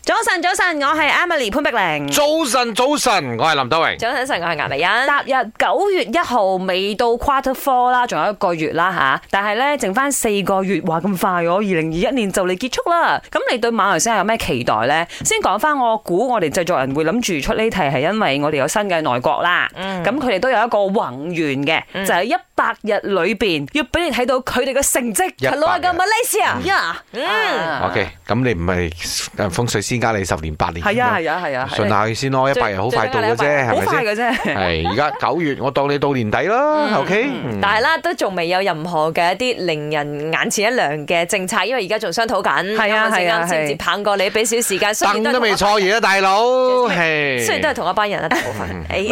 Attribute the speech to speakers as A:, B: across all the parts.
A: 早晨，早晨，我係 Emily 潘碧玲。
B: 早晨，早晨，我係林德榮。
C: 早晨，晨我係顏麗欣。
A: 踏入九月一號，未到 quarter four 啦，仲有一個月啦吓，但係咧剩翻四個月，話咁快哦，二零二一年就嚟結束啦。咁你對馬來西亞有咩期待呢？先講翻，我估我哋製作人會諗住出呢題係因為我哋有新嘅內閣啦，咁佢哋都有一個宏願嘅，就係一百日裏邊要俾你睇到佢哋嘅成績。
B: 一百日嗯
A: Hello 嘅 Malaysia，呀，
C: 嗯
A: 啊
B: OK，咁你唔係誒風水先加你十年八年？
A: 係啊係啊係啊，
B: 順下佢先咯，一百日好快到嘅啫，
A: 好
B: 係咪
A: 快
B: 先？
A: 嘅啫。
B: 係而家九月，我當你到年底啦，OK？嗯
C: 但係啦，都仲未有任何嘅一啲令人眼前一亮嘅政策，因為而家仲商討緊。
A: 係啊
C: 咁我陣間
A: 係啊
C: 先至
A: 係
C: 棒過你，俾少時間。雖然
B: 凳都
C: 係
B: 未
C: 同
B: 錯嘢啊，大佬。
C: 一
B: 係
C: 雖然都係同一班人啊，大部分。哎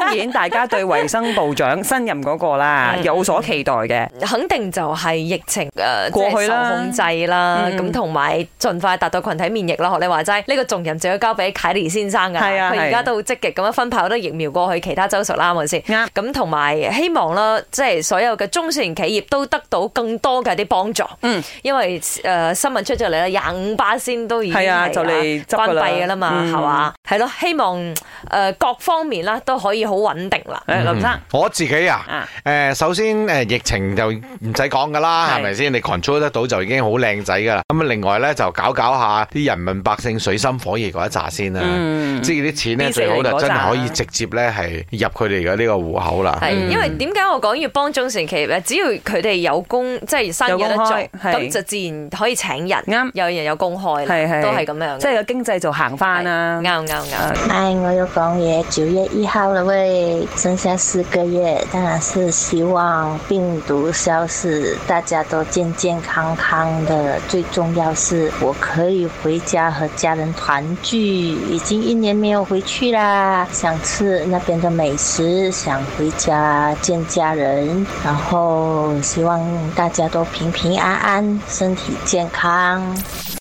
A: 當然，大家對衞生部長新任嗰個啦
C: 嗯
A: 有所期待嘅。
C: 肯定就係疫情呃誒
A: 過去啦
C: 控制啦，
A: 嗯
C: 咁同埋盡快達到群體免疫啦。學你話齋，呢個重任就要交俾凱利先生㗎。
A: 係啊
C: 佢而
A: 係
C: 家都好積極咁樣分派好多疫苗過去其他州屬啦，係咪先？
A: 啱
C: 咁同埋希望啦，即係所有嘅中小型企業都得到更多嘅啲幫助。
A: 嗯，
C: 因為誒、呃新聞出咗嚟啦，廿五巴仙都已經
A: 係啊就嚟執
C: 關
A: 㗎啦
C: 閉㗎啦嘛，
A: 嗯
C: 係嘛、係咯，希望誒、呃各方面啦都可以好穩定啦。
A: 誒，林生
B: 嗯，我自己啊
A: 啊，
B: 誒，首先誒疫情就唔使講噶啦，
A: 係
B: 係咪先？你 control 得到就已經好靚仔噶啦。咁另外咧就搞搞下啲人民百姓水深火熱嗰一紮先啦。
A: 嗯，
B: 即係啲錢咧
A: B40
B: 最好就真
A: 嗰扎啊
B: 係可以直接咧係入佢哋嘅呢個戶口啦。
C: 係，
A: 嗯
C: 因為點解我講要幫中小企業咧？只要佢哋有工，即係生意有得
A: 有工
C: 做，
A: 開係
C: 咁就自然可以請人，
A: 啱
C: 有人有工開啦，
A: 係係
C: 都係咁樣嘅，
A: 即係有經濟就行翻啦。
C: 啱啱啱。
D: 嗨，哎我又讲爷，九月一号了喂，剩下四个月，当然是希望病毒消失，大家都健健康康的。最重要是我可以回家和家人团聚，已经一年没有回去啦，想吃那边的美食，想回家见家人，然后希望大家都平平安安，身体健康。